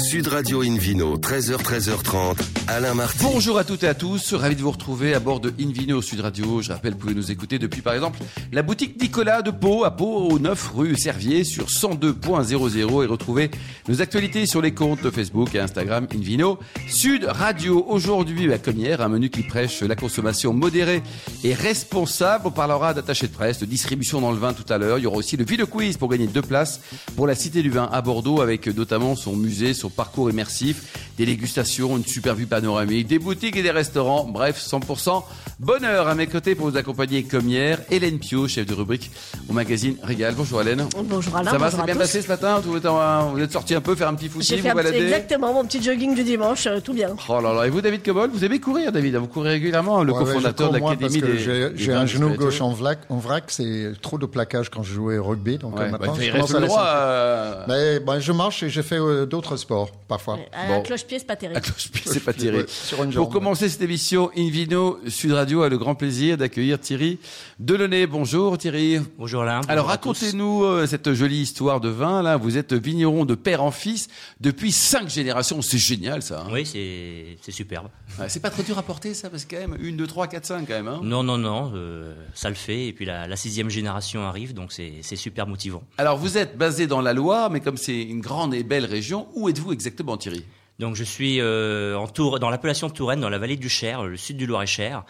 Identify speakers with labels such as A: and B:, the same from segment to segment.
A: Sud Radio Invino, 13h, 13h30, Alain Marty.
B: Bonjour à toutes et à tous, ravi de vous retrouver à bord de Invino Sud Radio. Je rappelle, vous pouvez nous écouter depuis par exemple la boutique Nicolas de Pau à Pau au 9 rue Servier sur 102.00 et retrouver nos actualités sur les comptes Facebook et Instagram Invino Sud Radio. Aujourd'hui, bah, comme hier, un menu qui prêche la consommation modérée et responsable. On parlera d'attaché de presse, de distribution dans le vin tout à l'heure. Il y aura aussi le Vino Quiz pour gagner deux places pour la Cité du Vin à Bordeaux avec notamment son musée, son parcours immersif, des dégustations, une super vue panoramique, des boutiques et des restaurants. Bref, 100% bonheur à mes côtés pour vous accompagner comme hier. Hélène Pio, chef de rubrique au magazine Régal. Bonjour Hélène.
C: Bonjour Alain.
B: Ça va,
C: bonjour
B: c'est
C: à
B: bien
C: tous.
B: passé ce matin vous êtes, en- vous êtes sorti un peu faire un petit
C: J'ai
B: footing,
C: fait
B: vous
C: un petit-
B: balader
C: exactement mon petit jogging du dimanche, euh, tout bien.
B: Oh là là, et vous David Cobol, vous aimez courir David, vous courez régulièrement, le
D: Ouais, ouais, je
B: cofondateur
D: cours,
B: de
D: moi,
B: l'Académie
D: parce que
B: des...
D: J'ai,
B: des
D: j'ai
B: vins
D: un
B: de
D: genou
B: spiritueux.
D: gauche en vrac, en vrac, c'est trop de plaquage quand je jouais au rugby. Donc euh,
B: Ouais, bah,
D: maintenant,
B: il
D: je
B: reste
D: commence à
B: le droit
D: descendre.
B: à...
D: Mais ben, je marche et je fais euh, d'autres sports parfois.
C: Euh, À
B: Bon.
C: cloche-pied, c'est pas terrible.
B: à cloche-pied, c'est pas tiré.
D: Ouais, sur une
B: Pour
D: jambe.
B: commencer cette émission, Invino Sud Radio a le grand plaisir d'accueillir Thierry Delaunay. Bonjour Thierry.
E: Bonjour Alain.
B: Alors
E: bonjour à tous.
B: racontez-nous euh, cette jolie histoire de vin. Là, vous êtes vigneron de père en fils depuis cinq générations. C'est génial ça. hein.
E: Oui, c'est c'est superbe.
B: Ouais, C'est pas trop dur à porter ça parce que quand même une, deux, trois, quatre, cinq quand même. hein.
E: Non, non, non, euh, ça le fait. Et puis la, la sixième génération arrive, donc c'est c'est super motivant.
B: Alors vous êtes basé dans la Loire, mais comme c'est une grande et belle région, où êtes-vous exactement Thierry
E: Donc je suis euh, en Tour, dans l'appellation de Touraine, dans la vallée du Cher, le sud du Loir-et-Cher,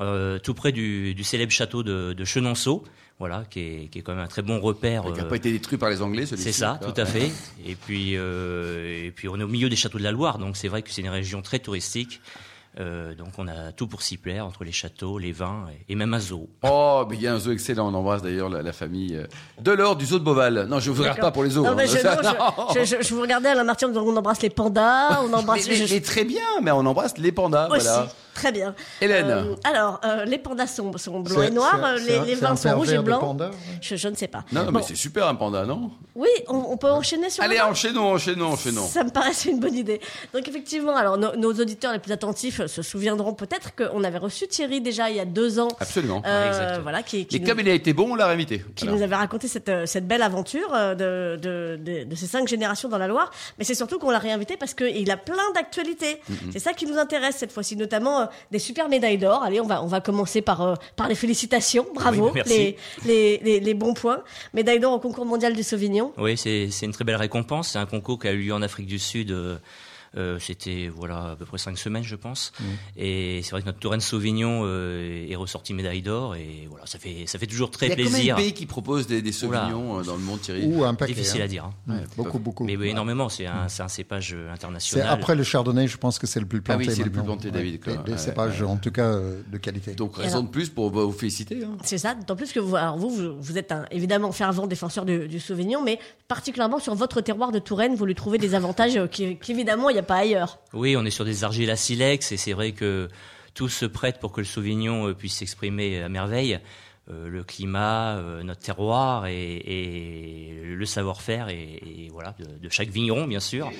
E: euh, tout près du, du célèbre château de, de Chenonceau, voilà, qui est, qui est quand même un très bon repère.
B: Qui n'a
E: euh,
B: pas été détruit par les Anglais, celui-ci.
E: C'est ça,
B: quoi.
E: tout à fait. Et puis, euh, et puis on est au milieu des châteaux de la Loire, donc c'est vrai que c'est une région très touristique. Euh, donc on a tout pour s'y plaire, entre les châteaux, les vins et, et même un zoo.
B: Oh, mais il y a un zoo excellent. On embrasse d'ailleurs la, la famille euh, Delors du zoo de Beauval. Non, je vous regarde pas pour les zoos.
C: Non,
B: hein.
C: mais je,
B: Ça,
C: non,
B: non.
C: je, je- je- je vous regardais à la Martian, donc on embrasse les pandas, on
B: Mais-
C: embrasse
B: mais-
C: je- je-
B: mais très bien, mais on embrasse les pandas.
C: aussi.
B: Voilà.
C: Très bien.
B: Hélène.
C: Euh, alors, euh, les pandas sont, sont blancs
D: C'est-
C: et noirs,
D: c'est-
C: euh,
D: c'est
C: les,
D: un-
C: les
D: c'est
C: vins
D: un
C: sont rouges et
D: pervers de
C: blancs.
D: panda, ouais.
C: je, je ne sais pas.
B: Non,
C: Bon.
B: mais c'est super un panda, non
C: Oui, on, on peut enchaîner sur
B: Allez,
C: le vin
B: enchaînons, enchaînons, enchaînons.
C: Ça me paraissait une bonne idée. Donc effectivement, alors nos, nos auditeurs les plus attentifs euh, se souviendront peut-être qu'on avait reçu Thierry déjà il y a deux ans.
B: Absolument.
C: Euh,
E: Ouais, exactement.
C: voilà, qui, qui
B: Et
C: nous-
B: comme il a été bon, on l'a réinvité.
C: qui
B: Voilà.
C: nous avait raconté cette, euh, cette belle aventure euh, de, de, de, de ces cinq générations dans la Loire. Mais c'est surtout qu'on l'a réinvité parce qu'il a plein d'actualités. C'est ça qui nous intéresse cette fois-ci, notamment euh, des super médailles d'or. Allez, on va, on va commencer par, euh, par les félicitations. Bravo,
E: Oui, merci.
C: les, les, les, les bons points. Médaille d'or au concours mondial du Sauvignon.
E: Oui, c'est c'est une très belle récompense. C'est un concours qui a eu lieu en Afrique du Sud. euh, euh, C'était voilà à peu près cinq semaines, je pense. Et c'est vrai que notre Touraine Sauvignon euh, est ressorti médaille d'or. Et voilà, ça fait ça fait toujours très
B: Il y a combien
E: plaisir.
B: de pays qui proposent des, des
E: Oula.
B: sauvignons euh, dans le monde, Thierry
D: Ou un paquet.
E: Difficile
D: hein.
E: à dire. hein.
D: Ouais, beaucoup, beaucoup.
E: Mais, mais énormément. C'est un, c'est un cépage euh,
D: C'est
E: international.
D: après le chardonnay, je pense que c'est le plus
B: Ah oui,
D: planté.
B: c'est le plus
D: maintenant.
B: planté,
D: Ouais.
B: David, quoi.
D: Des- des
B: Ouais,
D: cépages, en tout cas, euh, de qualité.
B: Donc
C: Et
B: raison
C: alors
B: de plus pour bah, vous féliciter. hein.
C: C'est ça, d'autant plus que vous, alors vous, vous, vous êtes un, évidemment fervent défenseur du, du Sauvignon, mais particulièrement sur votre terroir de Touraine, vous lui trouvez des avantages euh, qui- qu'évidemment il n'y a pas ailleurs.
E: Oui, on est sur des argiles à silex et c'est vrai que tout se prête pour que le Sauvignon euh, puisse s'exprimer à merveille. Euh, le climat, euh, notre terroir et, et le savoir-faire et, et voilà de, de chaque vigneron bien sûr,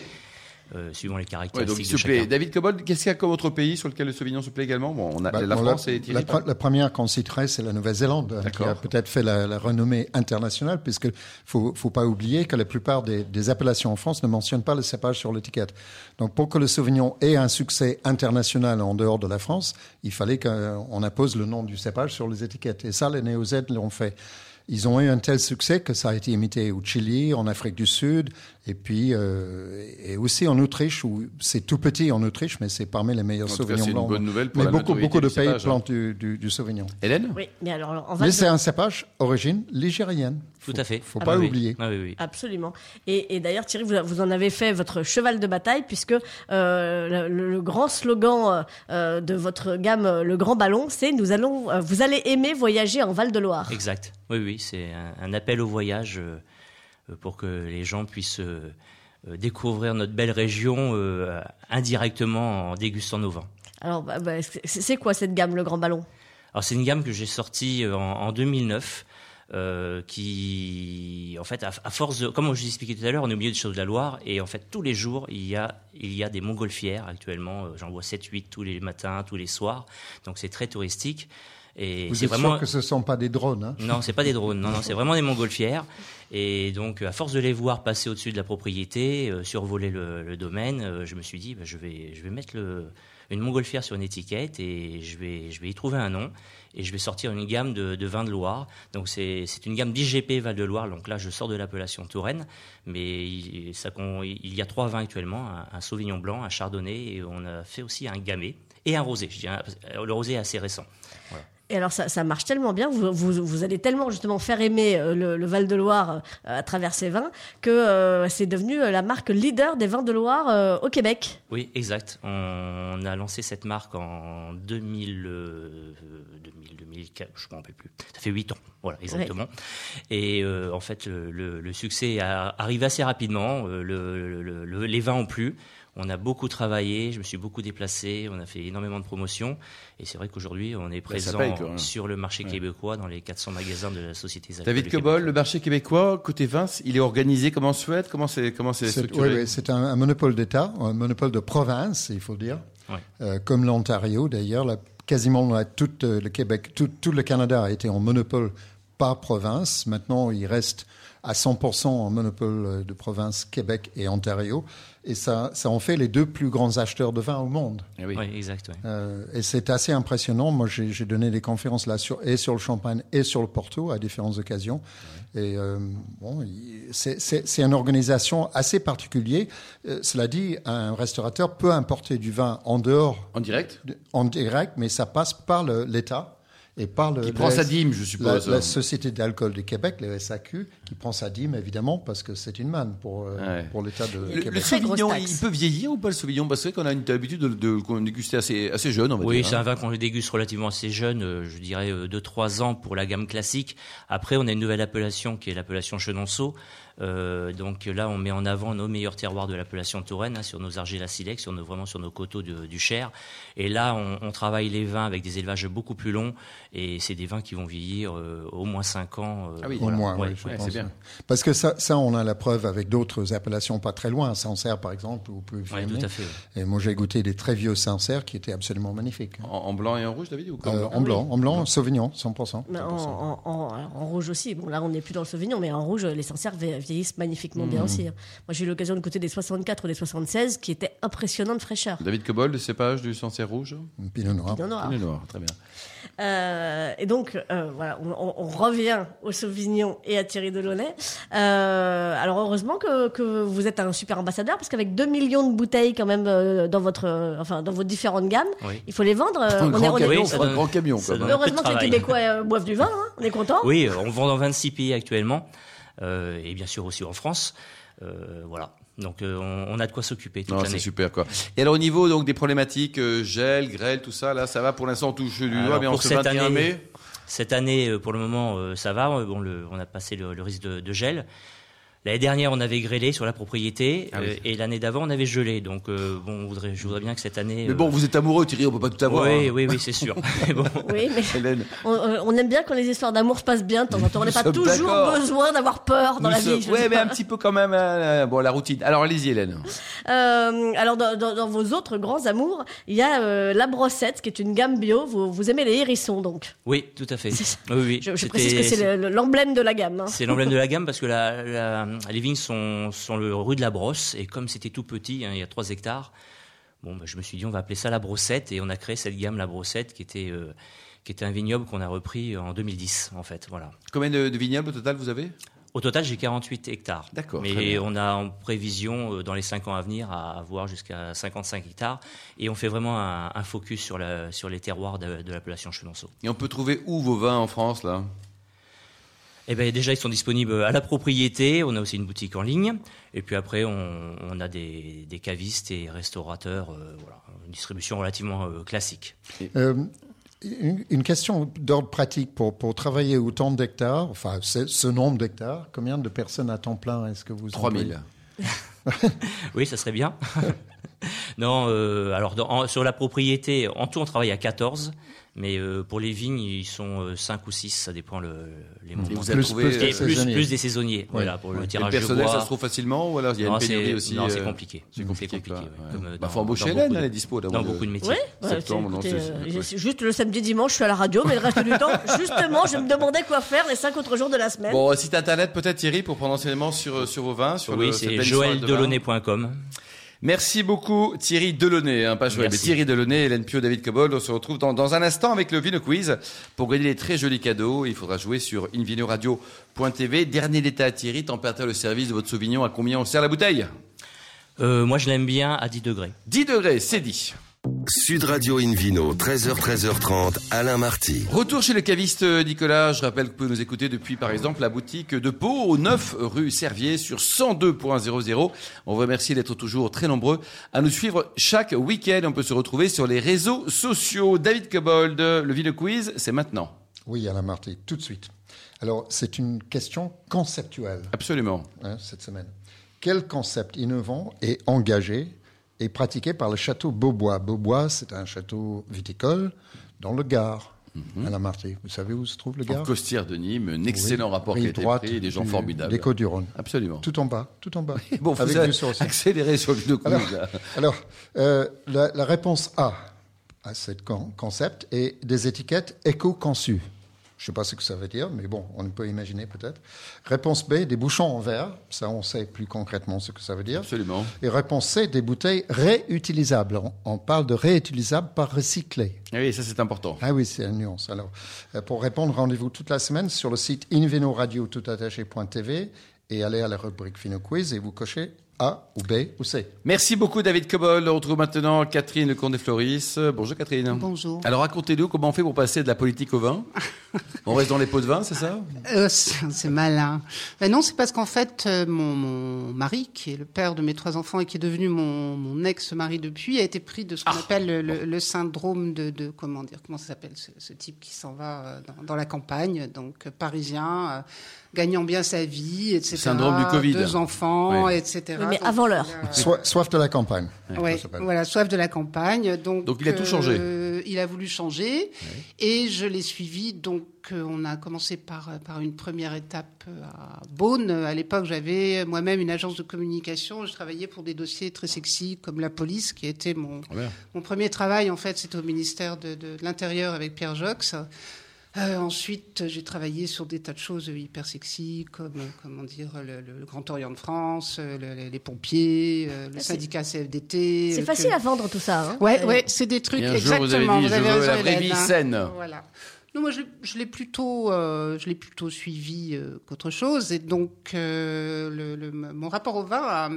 E: euh, suivant les
B: Ouais, donc
E: caractéristiques
B: il
E: de
B: se plaît.
E: chacun.
B: David Cobold, qu'est-ce qu'il y a comme autre pays sur lequel le sauvignon se plaît également Bon, on a
D: Bah,
B: la
D: bon,
B: France et Thierry.
D: la pre- la première qu'on citerait, c'est la Nouvelle-Zélande, hein, qui a
B: D'accord.
D: peut-être fait la, la renommée internationale, puisque faut, faut pas oublier que la plupart des, des appellations en France ne mentionnent pas le cépage sur l'étiquette. Donc, pour que le Sauvignon ait un succès international en dehors de la France, il fallait qu'on impose le nom du cépage sur les étiquettes. Et ça, les Néo-Z l'ont fait. Ils ont eu un tel succès que ça a été imité au Chili, en Afrique du Sud, et puis euh, et aussi en Autriche où c'est tout petit en Autriche, mais c'est parmi les meilleurs
B: En tout cas,
D: sauvignons
B: c'est une
D: blancs.
B: bonne nouvelle pour
D: mais
B: la
D: beaucoup
B: notoriété
D: beaucoup de
B: du
D: pays
B: cépage, hein.
D: plantent du, du, du sauvignon.
B: Hélène
C: Oui, mais alors en
D: Mais
C: Val
D: c'est un cépage origine ligérienne.
E: Tout à fait.
D: Faut
E: Ah
D: pas
E: oui, oui.
D: oublier.
E: Ah oui, oui.
C: Absolument. Et, et d'ailleurs, Thierry, vous, vous en avez fait votre cheval de bataille, puisque euh, le, le grand slogan euh, euh, de votre gamme, euh, le grand ballon, c'est nous allons, euh, vous allez aimer voyager en Val de Loire.
E: Exact. Oui, oui, c'est un, un appel au voyage euh, euh, pour que les gens puissent euh, euh, découvrir notre belle région euh, indirectement en dégustant nos vins.
C: Alors, bah, bah, c'est c'est quoi cette gamme, le grand ballon
E: Alors c'est une gamme que j'ai sortie euh, en, en 2009. euh, qui, en fait, à, à force de, comme je vous expliquais tout à l'heure, on est au milieu des Châteaux de la Loire, et en fait, tous les jours, il y a, il y a des montgolfières actuellement, euh, j'en vois 7-8 tous les matins, tous les soirs, donc c'est très touristique, Et
D: Vous
E: c'est
D: êtes
E: vraiment
D: sûr que ce ne sont pas des drones hein
E: non, c'est pas des drones. Non, non, c'est vraiment des montgolfières. Et donc, à force de les voir passer au-dessus de la propriété, euh, survoler le, le domaine, euh, je me suis dit, bah, je vais, je vais mettre le- une montgolfière sur une étiquette et je vais, je vais y trouver un nom. Et je vais sortir une gamme de, de vins de Loire. Donc, c'est c'est une gamme d'IGP Val de Loire. Donc là, je sors de l'appellation Touraine, mais il, ça con- il y a trois vins actuellement un, un Sauvignon blanc, un Chardonnay, et on a fait aussi un Gamay et un rosé. Je dirais, le rosé est assez récent.
C: Et alors ça, ça marche tellement bien, vous, vous, vous allez tellement justement faire aimer euh, le, le Val de Loire euh, à travers ces vins que euh, c'est devenu euh, la marque leader des vins de Loire euh, au Québec.
E: Oui, exact. On a lancé cette marque en 2000, euh, 2000 2004, je ne m'en rappelle plus. Ça fait 8 ans, voilà, exactement. Et euh, en fait, le, le- le succès a- arrive assez rapidement. Euh, le- le- le- les vins ont plu. On a beaucoup travaillé, je me suis beaucoup déplacé, on a fait énormément de promotions. Et c'est vrai qu'aujourd'hui, on est présent
B: Bah, paye hein. quand même.
E: sur le marché québécois, dans les 400 magasins de la Société des
B: David
E: alcools du
B: Cobol,
E: Québec.
B: le marché québécois, côté vin, il est organisé comment en Suède Comment c'est comment c'est
D: C'est
B: structuré
D: oui, oui, c'est un, un monopole d'État, un monopole de province, il faut dire,
E: Ouais.
D: Euh, comme l'Ontario d'ailleurs. la- Quasiment la- tout euh, le Québec, tout, tout le Canada a été en monopole par province. Maintenant, il reste à 100% en monopole euh, de province Québec et Ontario. Et ça, ça en fait les deux plus grands acheteurs de vin au monde.
B: Eh oui.
E: Oui, exact. ouais.
D: Euh, et c'est assez impressionnant. Moi, j'ai j'ai donné des conférences là sur, et sur le champagne et sur le Porto à différentes occasions. Et euh, bon, il- c'est- c'est c'est une organisation assez particulière. Euh, cela dit, un restaurateur peut importer du vin en dehors,
B: En direct
D: de- en direct, mais ça passe par le- l'État et par le.
B: Qui
D: le-
B: prend sa dîme, je
D: Euh, la,
B: suppose.
D: la Société d'alcool du Québec, le SAQ, qui prend sa dîme évidemment parce que c'est une manne pour, euh,
B: Ouais.
D: pour l'État de
B: Le, le
D: Québec.
C: Très grosse
B: Sauvignon,
C: taxe.
B: il peut vieillir ou pas le Sauvignon Parce que c'est vrai qu'on a une l'habitude de, de, qu'on déguster assez, assez jeune, on va
E: Oui,
B: dire.
E: c'est
B: hein.
E: un vin qu'on déguste relativement assez jeune, euh, je dirais 2-3 ans pour la gamme classique. Après, on a une nouvelle appellation qui est l'appellation Chenonceau. Euh, donc là, on met en avant nos meilleurs terroirs de l'appellation Touraine, hein, sur nos argiles à silex, sur nos, vraiment sur nos coteaux de- du Cher. Et là, on, on travaille les vins avec des élevages beaucoup plus longs, et c'est des vins qui vont vieillir euh, au moins 5 ans. euh,
B: Ah oui.
D: Au moins,
E: Ouais,
D: oui, je
E: ouais,
D: pense.
B: c'est bien.
D: Parce que ça, ça, on a la preuve avec d'autres appellations pas très loin, Sancerre par exemple, ou plus
E: Ouais, tout à fait. ouais.
D: Et moi, j'ai goûté des très vieux Sancerre qui étaient absolument magnifiques.
B: En, en blanc et en rouge, David ou comme-
D: Euh, en blanc, en blanc, Sauvignon, 100%.
C: Mais en, en- en- alors, en rouge aussi. Bon, là, on n'est plus dans le Sauvignon, mais en rouge, les Sancerres vie- vieillissent magnifiquement
E: Mmh.
C: bien aussi. hein. Moi, j'ai eu l'occasion de goûter des 64 ou des 76 qui étaient impressionnants de fraîcheur.
D: Euh.
B: David Cobol, le cépage du Sancerre rouge
D: Pinot
E: Ah,
D: noir.
C: Pinot noir.
B: Pinot noir, très bien.
C: Euh, et donc, euh, voilà, on, on- on revient au Sauvignon et à Thierry Delaunay. Euh, alors, heureusement que, que vous êtes un super ambassadeur, parce qu'avec 2 millions de bouteilles quand même euh, dans, votre, euh, enfin, dans vos différentes gammes,
E: Oui.
C: il faut les vendre. euh,
B: Un
C: on est-
B: grand
C: on est-
E: Oui,
B: camion,
E: ça
B: un
E: donne-
B: grand camion.
E: ça
B: quand même.
E: donne-
C: heureusement que les
E: Travail.
C: Québécois euh, boivent du vin, hein, on est content.
E: Oui, euh, on vend dans 26 pays actuellement, euh, et bien sûr aussi en France. Euh, voilà. Donc euh, on, on a de quoi s'occuper toute
B: Non,
E: l'année.
B: c'est super quoi. Et alors au niveau donc des problématiques euh, gel, grêle, tout ça, là ça va pour l'instant on touche du doigt,
E: Alors,
B: mais on
E: pour
B: se
E: cette
B: 21
E: année-
B: mai.
E: Cette année, euh, pour le moment, euh, ça va. Euh, Bon, le- on a passé le, le risque de, de gel. L'année dernière, on avait grêlé sur la propriété,
B: Ah
E: euh,
B: oui.
E: et l'année d'avant, on avait gelé. Donc, euh, bon, on voudrait, je voudrais bien que cette année. euh,
B: Mais bon, vous êtes amoureux Thierry, on peut pas tout avoir.
E: oui,
B: hein.
E: oui, oui, c'est sûr. Mais bon,
C: Oui, mais
B: Hélène,
C: on, euh, on aime bien quand les histoires d'amour se passent bien de temps en temps. On n'a pas
B: Nous sommes
C: toujours
B: d'accord.
C: besoin d'avoir peur Oh, dans
B: nous
C: la
B: sommes-
C: vie. je
B: ouais,
C: sais
B: mais
C: pas.
B: un petit peu quand même. euh, bon, la routine. Alors allez-y Hélène.
C: Euh, alors, dans, dans- dans vos autres grands amours, il y a euh, la brossette, qui est une gamme bio. Vous, vous aimez les hérissons, donc.
E: oui, tout à fait.
C: C'est ça.
E: Oui, oui.
C: Je, je
E: C'était-
C: précise que c'est le- le- l'emblème de la gamme. hein.
E: C'est l'emblème de la gamme parce que la, la- les vignes sont, sont le rue de la Brosse et comme c'était tout petit, hein, il y a 3 hectares, bon, bah, je me suis dit on va appeler ça la Brossette et on a créé cette gamme la Brossette qui était, euh, qui était un vignoble qu'on a repris en 2010 en fait. Voilà.
B: Combien de, de vignobles au total vous avez
E: Au total j'ai 48 hectares.
B: D'accord, très
E: Mais
B: bien.
E: on a en prévision euh, dans les 5 ans à venir à avoir jusqu'à 55 hectares et on fait vraiment un, un focus sur, la- sur les terroirs de, de l'appellation Chenonceau.
B: Et on peut trouver où vos vins en France là
E: Eh ben déjà, ils sont disponibles à la propriété. On a aussi une boutique en ligne. Et puis après, on, on a des, des cavistes et restaurateurs. euh, voilà, une distribution relativement euh, classique.
D: Euh, une, une question d'ordre pratique pour, pour travailler autant d'hectares, enfin ce ce nombre d'hectares, combien de personnes à temps plein est-ce que vous employez
B: 3000.
E: Oui, ça serait bien. Non, euh, alors dans- en- sur la propriété, en tout on travaille à 14, mais euh, pour les vignes ils sont euh, 5 ou 6, ça dépend le, les moments.
B: vous avez
D: Plus-
B: trouvé, euh,
D: plus
E: Et
D: des
E: plus,
D: saisonniers.
E: plus des saisonniers, voilà, pour le
B: Et le
E: tirage de
B: personnel,
E: bois.
B: ça se trouve facilement ou alors il y a
E: Non,
B: une
E: c'est-
B: pénurie aussi
E: non, c'est
B: euh,
E: compliqué.
B: C'est compliqué,
E: C'est
B: quoi.
E: compliqué, ouais,
B: Ouais.
E: comme, euh,
B: Bah,
E: dans-
B: faut embaucher
E: dans
B: Hélène,
E: beaucoup de-
B: elle est dispo. là,
E: Dans
B: on-
E: beaucoup de métiers.
C: Oui, voilà,
B: Septembre,
C: c'est-
B: non,
C: écoutez,
B: c'est-
C: euh,
B: ouais.
C: j'ai- juste le samedi dimanche, je suis à la radio, mais le reste du temps, justement, je me demandais quoi faire les cinq autres jours de la semaine.
B: Bon, euh, site internet peut-être Thierry pour prendre enseignement sur, euh, sur vos vins, sur le
E: Oui,
B: cette
E: c'est
B: belle histoire de vin.
E: joeldelonnet.com.
B: Merci beaucoup Thierry Delaunay, hein, pas Joël, mais
E: Merci.
B: Thierry Delaunay, Hélène Pio, David Cobol. On se retrouve dans, dans un instant avec le Vino Quiz pour gagner des très jolis cadeaux. Il faudra jouer sur invinoradio.tv. Dernier détail à Thierry, température de service de votre Sauvignon, à combien on sert la bouteille
E: Euh, moi je l'aime bien à 10 degrés.
B: 10 degrés, c'est dit.
A: Sud Radio Invino, 13h, 13h30, Alain Marty.
B: Retour chez le caviste euh, Nicolas. Je rappelle que vous pouvez nous écouter depuis, par exemple, la boutique de Pau, au 9 rue Servier, sur 102.00. On vous remercie d'être toujours très nombreux à nous suivre chaque week-end. On peut se retrouver sur les réseaux sociaux. David Cobold, le Ville Quiz, c'est maintenant.
D: Oui, Alain Marty, tout de suite. Alors, c'est une question conceptuelle
B: Absolument.
D: hein, cette semaine. Quel concept innovant et engagé est pratiqué par le château Beaubois Beaubois, c'est un château viticole dans le Gard. Alain Marty, vous savez où se trouve le
B: Mhm. En
D: Gard
B: Costière de Nîmes, un excellent
D: Oui,
B: rapport qui
D: rive
B: a été
D: droite
B: pris, des gens
D: du-
B: formidables.
D: Des Côtes-du-Rhône.
B: Absolument.
D: Tout en bas, tout en bas.
B: Bon,
D: avec
B: vous
D: du sourcil.
B: accélérez sur le Ville Quiz.
D: Alors,
B: là.
D: alors, euh, la, la réponse A à ce concept est des étiquettes éco-conçues. Je ne sais pas ce que ça veut dire, mais bon, on peut imaginer peut-être. Réponse B, des bouchons en verre. Ça, on sait plus concrètement ce que ça veut dire.
B: Absolument.
D: Et réponse C, des bouteilles réutilisables. On, on parle de réutilisables par recyclé.
B: Ah Oui, ça c'est important.
D: Ah oui, c'est la nuance. Alors, euh, pour répondre, rendez-vous toute la semaine sur le site invenoradio.toutattaché.tv et allez à la rubrique Fino Quiz et vous cochez A ou B ou C.
B: Merci beaucoup David Cobol. On retrouve maintenant Catherine Leconte Floris. Euh, Bonjour Catherine.
F: Bonjour.
B: Alors racontez-nous comment on fait pour passer de la politique au vin. on reste dans les pots de vin, c'est ça
F: Euh, c'est c'est malin. Ben non, c'est parce qu'en fait, euh, mon, mon mari, qui est le père de mes trois enfants et qui est devenu mon, mon ex-mari depuis, a été pris de ce qu'on
B: Ah,
F: appelle le, le- le syndrome de, de- comment dire, comment ça s'appelle ce, ce type qui s'en va euh, dans, dans la campagne, donc euh, parisien, euh, gagnant bien sa vie, etc.
B: Syndrome du Covid.
F: Deux enfants,
B: Oui.
F: etc.
C: Oui, mais
F: Donc,
C: avant l'heure.
F: il a-
D: Soi- soif de la campagne.
F: Ouais,
D: Ça s'appelle.
F: voilà, soif de la campagne. Donc,
B: Donc, il a tout changé.
F: euh, il a voulu changer et je l'ai suivi. Donc euh, on a commencé par, euh, par une première étape euh, à Beaune. À l'époque, j'avais euh, moi-même une agence de communication. Je travaillais pour des dossiers très sexy comme la police, qui était mon, mon premier travail, en fait, c'était au ministère de, de- de l'Intérieur avec Pierre Jox. Euh, ensuite, euh, j'ai travaillé sur des tas de choses euh, hyper sexy, comme euh, comment dire le, le- le Grand Orient de France, euh, le- le- les pompiers, euh, le
C: Ah, C'est-
F: syndicat CFDT.
C: C'est
F: euh,
C: facile
F: que-
C: à vendre tout ça. hein.
F: Ouais,
C: Euh,
F: ouais, c'est des trucs
B: Et un jour,
F: exactement.
B: vous avez dit, je veux
F: raison,
B: la vraie
F: Hélène,
B: vie
F: hein.
B: saine.
F: Voilà. Non, moi, je, je l'ai plutôt, euh, je l'ai plutôt suivi euh, qu'autre chose, et donc euh, le- le- mon rapport au vin, a-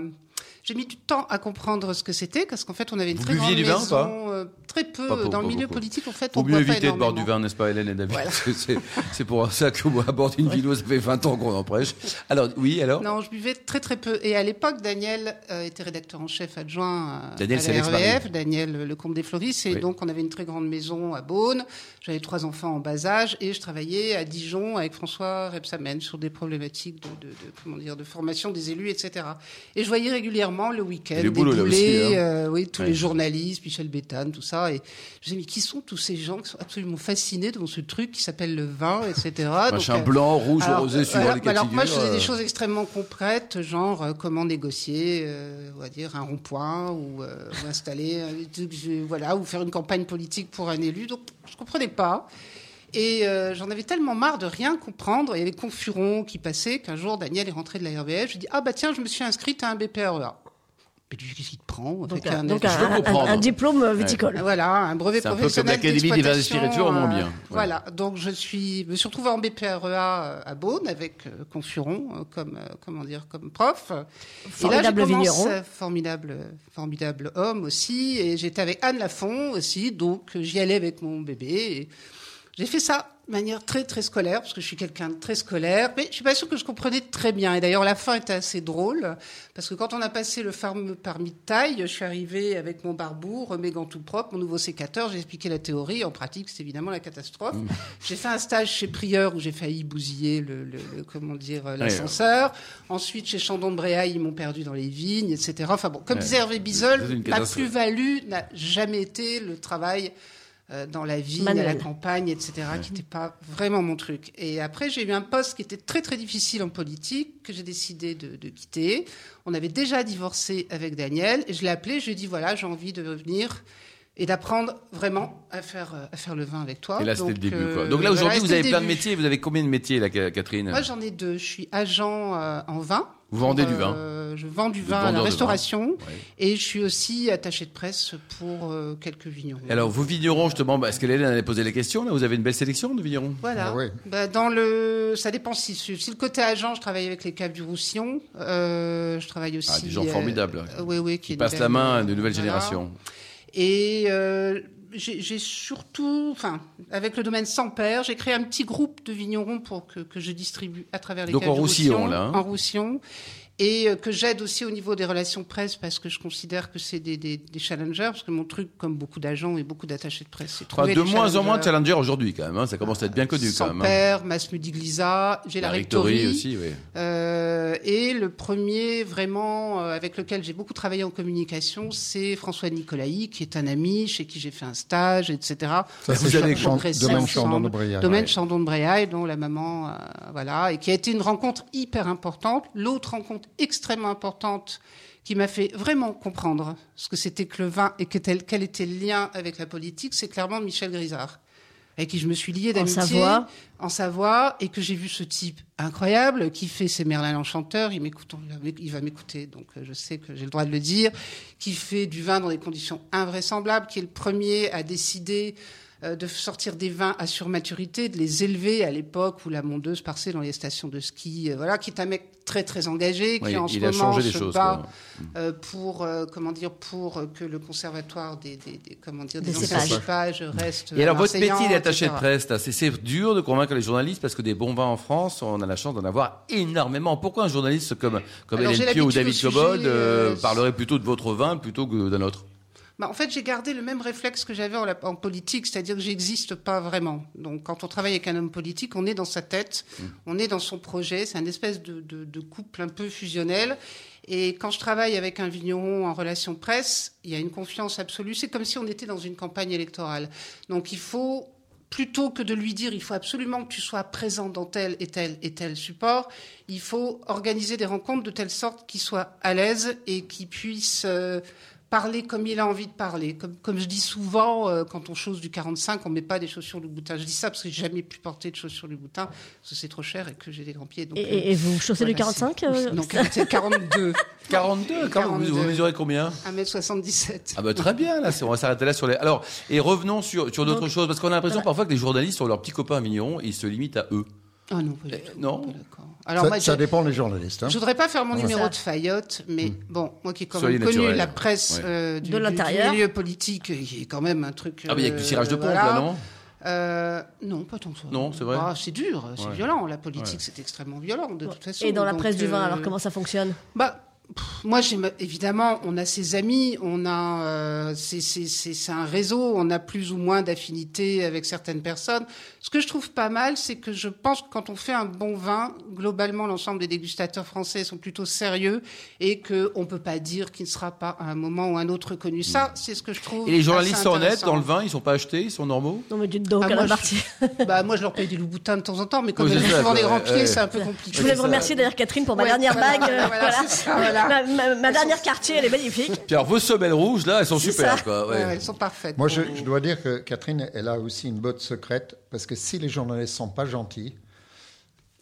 F: j'ai mis du temps à comprendre ce que c'était, parce qu'en fait, on avait une
B: Vous
F: très grande
B: buviez du vin ou
F: maison,
B: pas
F: euh, très peu
B: Pas pour-
F: dans
B: pas
F: le milieu
B: beaucoup.
F: politique. En fait,
B: Faut
F: on
B: mieux
F: boit pas
B: éviter de boire du
F: énormément.
B: vin, n'est-ce pas Hélène et David Parce que c'est- C'est pour ça que moi, à bord d'une vino, ça fait 20 ans qu'on en prêche. Alors oui, alors
F: Non, je buvais très très peu. Et à l'époque, Daniel euh, était rédacteur en chef adjoint à,
B: Daniel,
F: à
B: c'est
F: la
B: l'ex-mari.
F: RVF, Daniel euh, Lecomte des Floris. Et
B: Oui.
F: donc, on avait une très grande maison à Beaune. J'avais trois enfants en bas âge et je travaillais à Dijon avec François Repsamen sur des problématiques de, de- de- comment dire, de formation des élus, etc. Et je voyais régulièrement le week-end
B: Et le
F: des
B: boulot, là
F: boulets,
B: aussi, hein.
F: euh, oui, tous
B: Ouais.
F: les journalistes, Michel Béthane, tout ça. Et je me disais, mais qui sont tous ces gens qui sont absolument fascinés devant ce truc qui s'appelle le vin, etc.
B: machin
F: Donc, euh,
B: blanc, rouge,
F: alors,
B: rosé,
F: euh,
B: suivant
F: voilà,
B: les
F: bah
B: cas de
F: alors moi, je
B: figure,
F: faisais
B: euh,
F: des choses extrêmement concrètes, genre euh, comment négocier, euh, on va dire, un rond-point ou, euh, ou installer, euh, tout- je- voilà, ou faire une campagne politique pour un élu. Donc, je comprenais pas. Et euh, j'en avais tellement marre de rien comprendre. Il y avait Confuron qui passait, qu'un jour, Daniel est rentré de la RBF. Je dis, ah bah tiens, je me suis inscrite à un BPREA. E Mais lui, qu'est-ce qu'il te prend
C: Donc,
F: avec
C: un, donc
B: Je peux
C: un- un-
B: comprendre. Ah
C: un diplôme euh, viticole.
F: Ah, voilà, un brevet
B: C'est un peu
F: professionnel
B: comme l'Académie des vins
F: d'exploitation, euh,
B: spiritueux, moins bien. Ouais.
F: Voilà, donc je suis, me suis retrouvée en BPREA E à Beaune avec euh, Confuron euh, comme, euh, comment dire, comme prof.
C: Formidable
F: et là, j'ai commencé-
C: vigneron.
F: Formidable, formidable homme aussi. Et j'étais avec Anne Lafont aussi, donc euh, j'y allais avec mon bébé. Et J'ai fait ça de manière très très scolaire, parce que je suis quelqu'un de très scolaire, mais je suis pas sûre que je comprenais très bien. Et d'ailleurs, la fin était assez drôle, parce que quand on a passé le fameux permis de taille, je suis arrivée avec mon barbour, mes gants tout propres, mon nouveau sécateur, j'ai expliqué la théorie, en pratique, c'est évidemment la catastrophe. J'ai fait un stage chez Prieur, où j'ai failli bousiller le, le- le- comment dire, l'ascenseur. Ensuite, chez Chandon de Bréaille, ils m'ont perdu dans les vignes, etc. Enfin bon, comme
B: Ouais.
F: disait Hervé
B: C'est
F: Bizol,
B: une
F: la
B: catastrophe.
F: plus-value n'a jamais été le travail euh, dans la vigne, à la
C: Manuel.
F: campagne, etc., qui n'était pas vraiment mon truc. Et après, j'ai eu un poste qui était très très difficile en politique, que j'ai décidé de, de quitter. On avait déjà divorcé avec Daniel, et je l'ai appelé, je lui ai dit, voilà, j'ai envie de revenir et d'apprendre vraiment à faire, euh, à faire le vin avec toi.
B: Et là, c'était le début.
F: euh,
B: Quoi. Donc là,
F: voilà,
B: aujourd'hui, vous
F: c'était
B: avez
F: le
B: plein de
F: début.
B: métiers. Vous avez combien de métiers, là, Ca- Catherine
F: Moi, j'en ai deux. Je suis agent euh, en vin.
B: Vous vendez
F: Pour,
B: du vin.
F: euh, Je vends du
B: Vous êtes
F: vin à
B: vendeur
F: la
B: de vin.
F: restauration.
B: Ouais.
F: Et je suis aussi attaché de presse pour euh, quelques vignerons.
B: Alors, vous vignerons, justement, bah, parce qu'Hélène avait posé la question, là, vous avez une belle sélection de vignerons
F: Voilà.
D: Ah ouais.
F: Bah, dans le, ça dépend si, si le côté agent, je travaille avec les caves du Roussillon. Euh, je travaille aussi.
B: Ah, des gens formidables.
F: euh, oui, oui, qui,
B: Qui
F: est
B: passent
F: une
B: la
F: belle-
B: main à de nouvelles
F: voilà.
B: générations.
F: Et euh, j'ai j'ai surtout, enfin, avec le domaine sans père, j'ai créé un petit groupe de vignerons pour que, que je distribue à travers les
B: Donc
F: caves
B: en
F: du
B: Roussillon,
F: Roussillon,
B: là, hein.
F: en Roussillon, et euh, que j'aide aussi au niveau des relations presse parce que je considère que c'est des, des, des challengers parce que mon truc, comme beaucoup d'agents et beaucoup d'attachés de presse, c'est
B: Enfin,
F: trouver
B: de
F: des
B: moins en moins de
F: challengers.
B: challengers aujourd'hui, quand même. hein. Ça commence à être bien connu,
F: sans
B: quand même. hein.
F: père, Masmudi Glisa, j'ai la, rectorie,
B: aussi, oui.
F: euh, et le premier vraiment euh, avec lequel j'ai beaucoup travaillé en communication, c'est François Nicolaï, qui est un ami chez qui j'ai fait un stage, etc.
D: Ça,
B: Vous
D: c'est
B: allez
D: Chan-
F: progresser
D: Domaine
F: ensemble.
D: Chandon de Brière.
F: Domaine Chandon de Bréaille, dont la maman, euh, voilà, et qui a été une rencontre hyper importante. L'autre rencontre extrêmement importante qui m'a fait vraiment comprendre ce que c'était que le vin et que tel- quel était le lien avec la politique, c'est clairement Michel Grisard, avec qui je me suis liée
C: En
F: d'amitié
C: Savoie.
F: en Savoie et que j'ai vu ce type incroyable qui fait ses Merlin l'Enchanteur, il m'écoute, on- il va m'écouter, donc euh, je sais que j'ai le droit de le dire, qui fait du vin dans des conditions invraisemblables, qui est le premier à décider euh, de sortir des vins à surmaturité, de les élever à l'époque où la mondeuse passait dans les stations de ski, euh, voilà, qui est un mec très très engagé, qui
B: Oui,
F: en
B: il
F: ce
B: a
F: moment
B: changé les
F: se
B: choses.
F: bat
B: quoi.
F: euh, pour euh, comment dire pour euh, que le conservatoire des, des, des- comment dire des,
C: Des
F: anciens
C: cépages.
F: cépages reste
B: Et alors, votre métier
F: enseignant,
B: d'attaché de
F: etc.
B: presse, là, c'est- c'est dur de convaincre les journalistes parce que des bons vins en France, on a la chance d'en avoir énormément. Pourquoi un journaliste comme, comme
F: Alors, j'ai
B: Hélène Pio ou
F: l'habitude
B: David
F: au sujet,
B: Cobod euh,
F: euh,
B: parlerait plutôt de votre vin plutôt que d'un autre
F: Bah, en fait, j'ai gardé le même réflexe que j'avais en, la- en politique, c'est-à-dire que j'existe pas vraiment. Donc, quand on travaille avec un homme politique, on est dans sa tête, on est dans son projet. C'est un espèce de, de- de couple un peu fusionnel. Et quand je travaille avec un vigneron en relation presse, il y a une confiance absolue. C'est comme si on était dans une campagne électorale. Donc, il faut plutôt que de lui dire il faut absolument que tu sois présent dans tel et tel et tel support, il faut organiser des rencontres de telle sorte qu'il soit à l'aise et qu'il puisse euh, parler comme il a envie de parler. Comme, comme je dis souvent, euh, quand on chose du 45, on met pas des chaussures du boutin. Je dis ça parce que j'ai jamais pu porter de chaussures du boutin, parce que c'est trop cher et que j'ai des grands pieds. Donc,
C: Et,
F: euh,
C: et- et vous chaussez
F: voilà,
C: du 45
F: c'est-
C: euh,
F: Non, c'est 42,
B: 42, quand vous- Vous,
F: 42.
B: mesurez combien
F: 1m77.
B: ah bah très bien là, c'est- on va s'arrêter là sur les. Alors et revenons sur sur d'autres choses parce qu'on a l'impression parfois que les journalistes sont leurs petits copains vignerons, ils se limitent à eux.
F: Ah non, pas du
B: Eh,
F: tout,
B: non.
F: pas d'accord. Alors,
D: ça,
F: moi,
D: ça
F: j'ai-
D: dépend des journalistes. hein.
F: Je voudrais pas faire mon
C: Ouais.
F: numéro
C: Ça.
F: de Fayotte, mais bon, moi qui ai quand
B: Hmm. Soyez
F: même connu
B: naturel.
F: la presse
B: Ouais.
F: euh, du,
C: De
F: du-
C: l'intérieur.
F: du milieu politique, euh, qui est quand même un truc.
B: Ah bah il y a que du tirage de pompe
F: pompe
B: là non
F: euh, Non, pas tant que ça.
B: Non, c'est vrai.
F: Ah, c'est dur, c'est
B: Ouais.
F: violent. La politique, c'est extrêmement violent de toute façon.
C: Et dans la
F: Donc,
C: presse du vin,
F: euh,
C: alors comment ça fonctionne
F: bah, pff, moi, j'ai ma- évidemment, on a ses amis, on a, euh, c'est- c'est c'est- c'est un réseau, on a plus ou moins d'affinités avec certaines personnes. Ce que je trouve pas mal, c'est que je pense que quand on fait un bon vin, globalement, l'ensemble des dégustateurs français sont plutôt sérieux et que on peut pas dire qu'il ne sera pas à un moment ou un autre connu. Ça, c'est ce que je trouve.
B: Mm. Et les journalistes
F: assez
B: sont honnêtes dans le
F: intéressant.
B: vin, ils sont pas achetés, ils sont normaux.
C: Non, mais dites donc,
F: Ah,
C: Alain
F: moi, je-
C: Marty.
F: Bah, moi, je leur paye des loups-boutins de temps en temps, mais comme
B: Oui,
F: ils
B: c'est
F: ont
B: ça,
F: souvent des
B: ouais,
F: grands pieds,
B: ouais.
F: c'est un peu compliqué.
C: Je voulais
B: c'est
C: vous
B: ça.
C: remercier d'ailleurs Catherine pour ma
F: Ouais,
C: dernière
F: voilà,
C: bague. euh,
F: voilà, c'est ça, voilà.
C: Ma, ma- ma dernière quartier, elle est magnifique.
B: Puis alors vos semelles rouges là, elles sont
C: C'est
B: super
C: ça.
B: quoi. ouais.
F: Ouais, elles sont parfaites.
D: Moi, je, je dois dire que Catherine, elle a aussi une botte secrète, parce que si les journalistes sont pas gentils,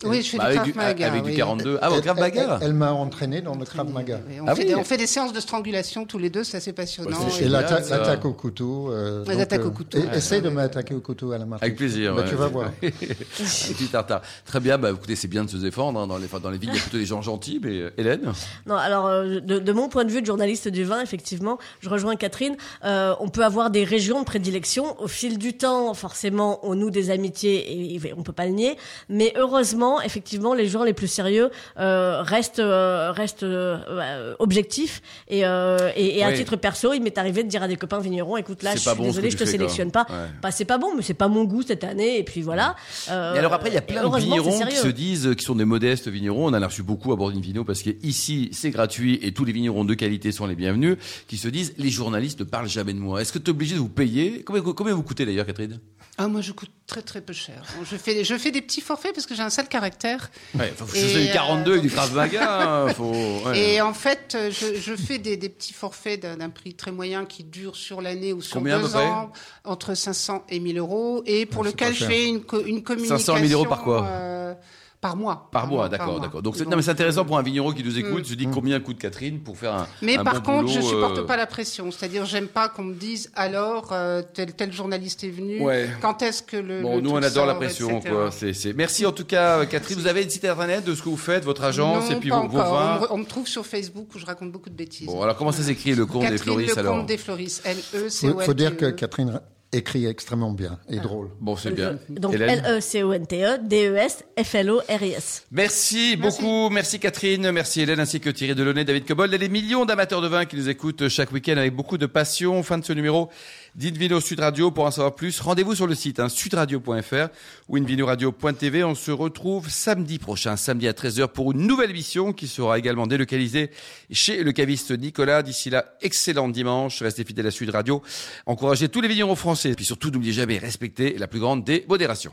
F: Oui, je fais
B: Bah, avec
F: du Krav
B: du,
F: Maga.
B: avec du
F: oui.
B: 42. Ah, bon,
D: Elle-
B: grave
D: elle
B: bagarre
D: elle m'a entraîné dans le Krav Maga.
F: Oui, on,
B: Ah
F: fait
B: oui.
F: des, on fait des séances de strangulation tous les deux, ça c'est passionnant.
B: Bah, c'est
D: Et
B: génial,
D: l'atta-
B: ça.
D: l'attaque au couteau. euh,
F: Les
D: donc,
F: attaques au
D: euh,
F: couteau.
D: et-
F: Ouais.
D: Essaye de m'attaquer au couteau à la marque.
B: Avec plaisir.
D: Bah,
B: ouais.
D: tu vas voir.
B: Un petit tartare. Très bien. Bah, écoutez, c'est bien de se défendre. hein. Dans, les, enfin, dans les villes, il y a plutôt des gens gentils. Mais euh, Hélène
C: Non, alors euh, de, de mon point de vue de journaliste du vin, effectivement, je rejoins Catherine. euh, on peut avoir des régions de prédilection au fil du temps. Forcément, on noue des amitiés et, et on peut pas le nier. Mais heureusement, effectivement, les gens les plus sérieux euh, restent euh, restent euh, euh, objectifs et, euh, et, et à
B: Ouais.
C: titre perso, il m'est arrivé de dire à des copains vignerons, écoute là,
B: C'est
C: je
B: pas
C: suis
B: bon ce
C: désolé,
B: que
C: je
B: tu
C: te
B: fais, quoi.
C: sélectionne pas.
B: Ouais.
C: Bah, c'est pas bon, mais c'est pas mon goût cette année. Et puis voilà. Euh,
B: Et alors après, il y a plein de
C: heureusement, c'est
B: vignerons qui
C: sérieux.
B: se disent, euh, qui sont des modestes vignerons. On en a reçu beaucoup à bord d'une vino parce que ici, c'est gratuit et tous les vignerons de qualité sont les bienvenus. Qui se disent, les journalistes ne parlent jamais de moi. Est-ce que tu es obligé de vous payer combien, combien vous coûtez d'ailleurs, Catherine
F: Ah, moi je coûte très très peu cher. Bon, Je fais, je fais des petits forfaits parce que j'ai un sale caractère.
B: ouais, faut que
F: Et,
B: Je fais du
F: euh,
B: 42 avec du Krav Maga. hein, faut, ouais.
F: Et en fait, euh, je, je fais des, des petits forfaits d'un d'un prix très moyen qui dure sur l'année ou sur
B: Combien, à peu
F: deux
B: près
F: ans, entre 500 et 1000 euros, et pour
D: Ouais, c'est
F: lequel
D: pas
F: je
D: cher.
F: fais une, co- une communication.
B: 500 000 euros par quoi
F: euh, Par mois. Mmh.
B: Par mois, d'accord, d'accord. Donc c'est non, mais c'est intéressant pour un vigneron qui nous écoute, se dit combien coûte Catherine pour faire un.
F: Mais
B: un
F: par
B: bon
F: contre, je
B: boulot,
F: supporte
B: euh,
F: pas la pression. C'est-à-dire, j'aime pas qu'on me dise alors euh, tel, tel journaliste est venu.
B: Ouais.
F: Quand est-ce que le.
B: Bon,
F: le
B: nous on
F: truc
B: adore la
F: sort,
B: pression,
F: etc.
B: quoi. C'est- c'est- Merci en tout cas, euh, Catherine. Vous avez une site internet de ce que vous faites, votre agence
F: Non,
B: et puis
F: pas
B: vos, vos
F: encore.
B: vins.
F: On me re- On, me trouve sur Facebook où je raconte beaucoup de bêtises.
B: Bon, alors comment ça s'écrit le compte des
F: Catherine
B: floristes
F: Lecomte
B: alors
F: des E Floris. L-E,
D: Il faut,
F: C-O-N-T-E.
D: faut dire que Catherine écrit extrêmement bien
F: Ah.
D: et drôle.
B: Bon, c'est bien.
C: Donc E
B: Hélène
C: L-E-C-O-N-T-E, D-E-S, F-L-O-R-I-S.
B: Merci,
F: Merci.
B: beaucoup, merci Catherine, merci Hélène ainsi que Thierry Delaunay, David Cobold et les millions d'amateurs de vin qui nous écoutent chaque week-end avec beaucoup de passion. Fin de ce numéro d'Invino Sud Radio. Pour en savoir plus, rendez-vous sur le site hein, sudradio.fr ou invinoradio.tv. On se retrouve samedi prochain, samedi à 13h pour une nouvelle émission qui sera également délocalisée chez le caviste Nicolas. D'ici là, excellent dimanche, restez fidèles à Sud Radio, encouragez tous les vignerons français et puis surtout n'oubliez jamais respecter la plus grande des modérations.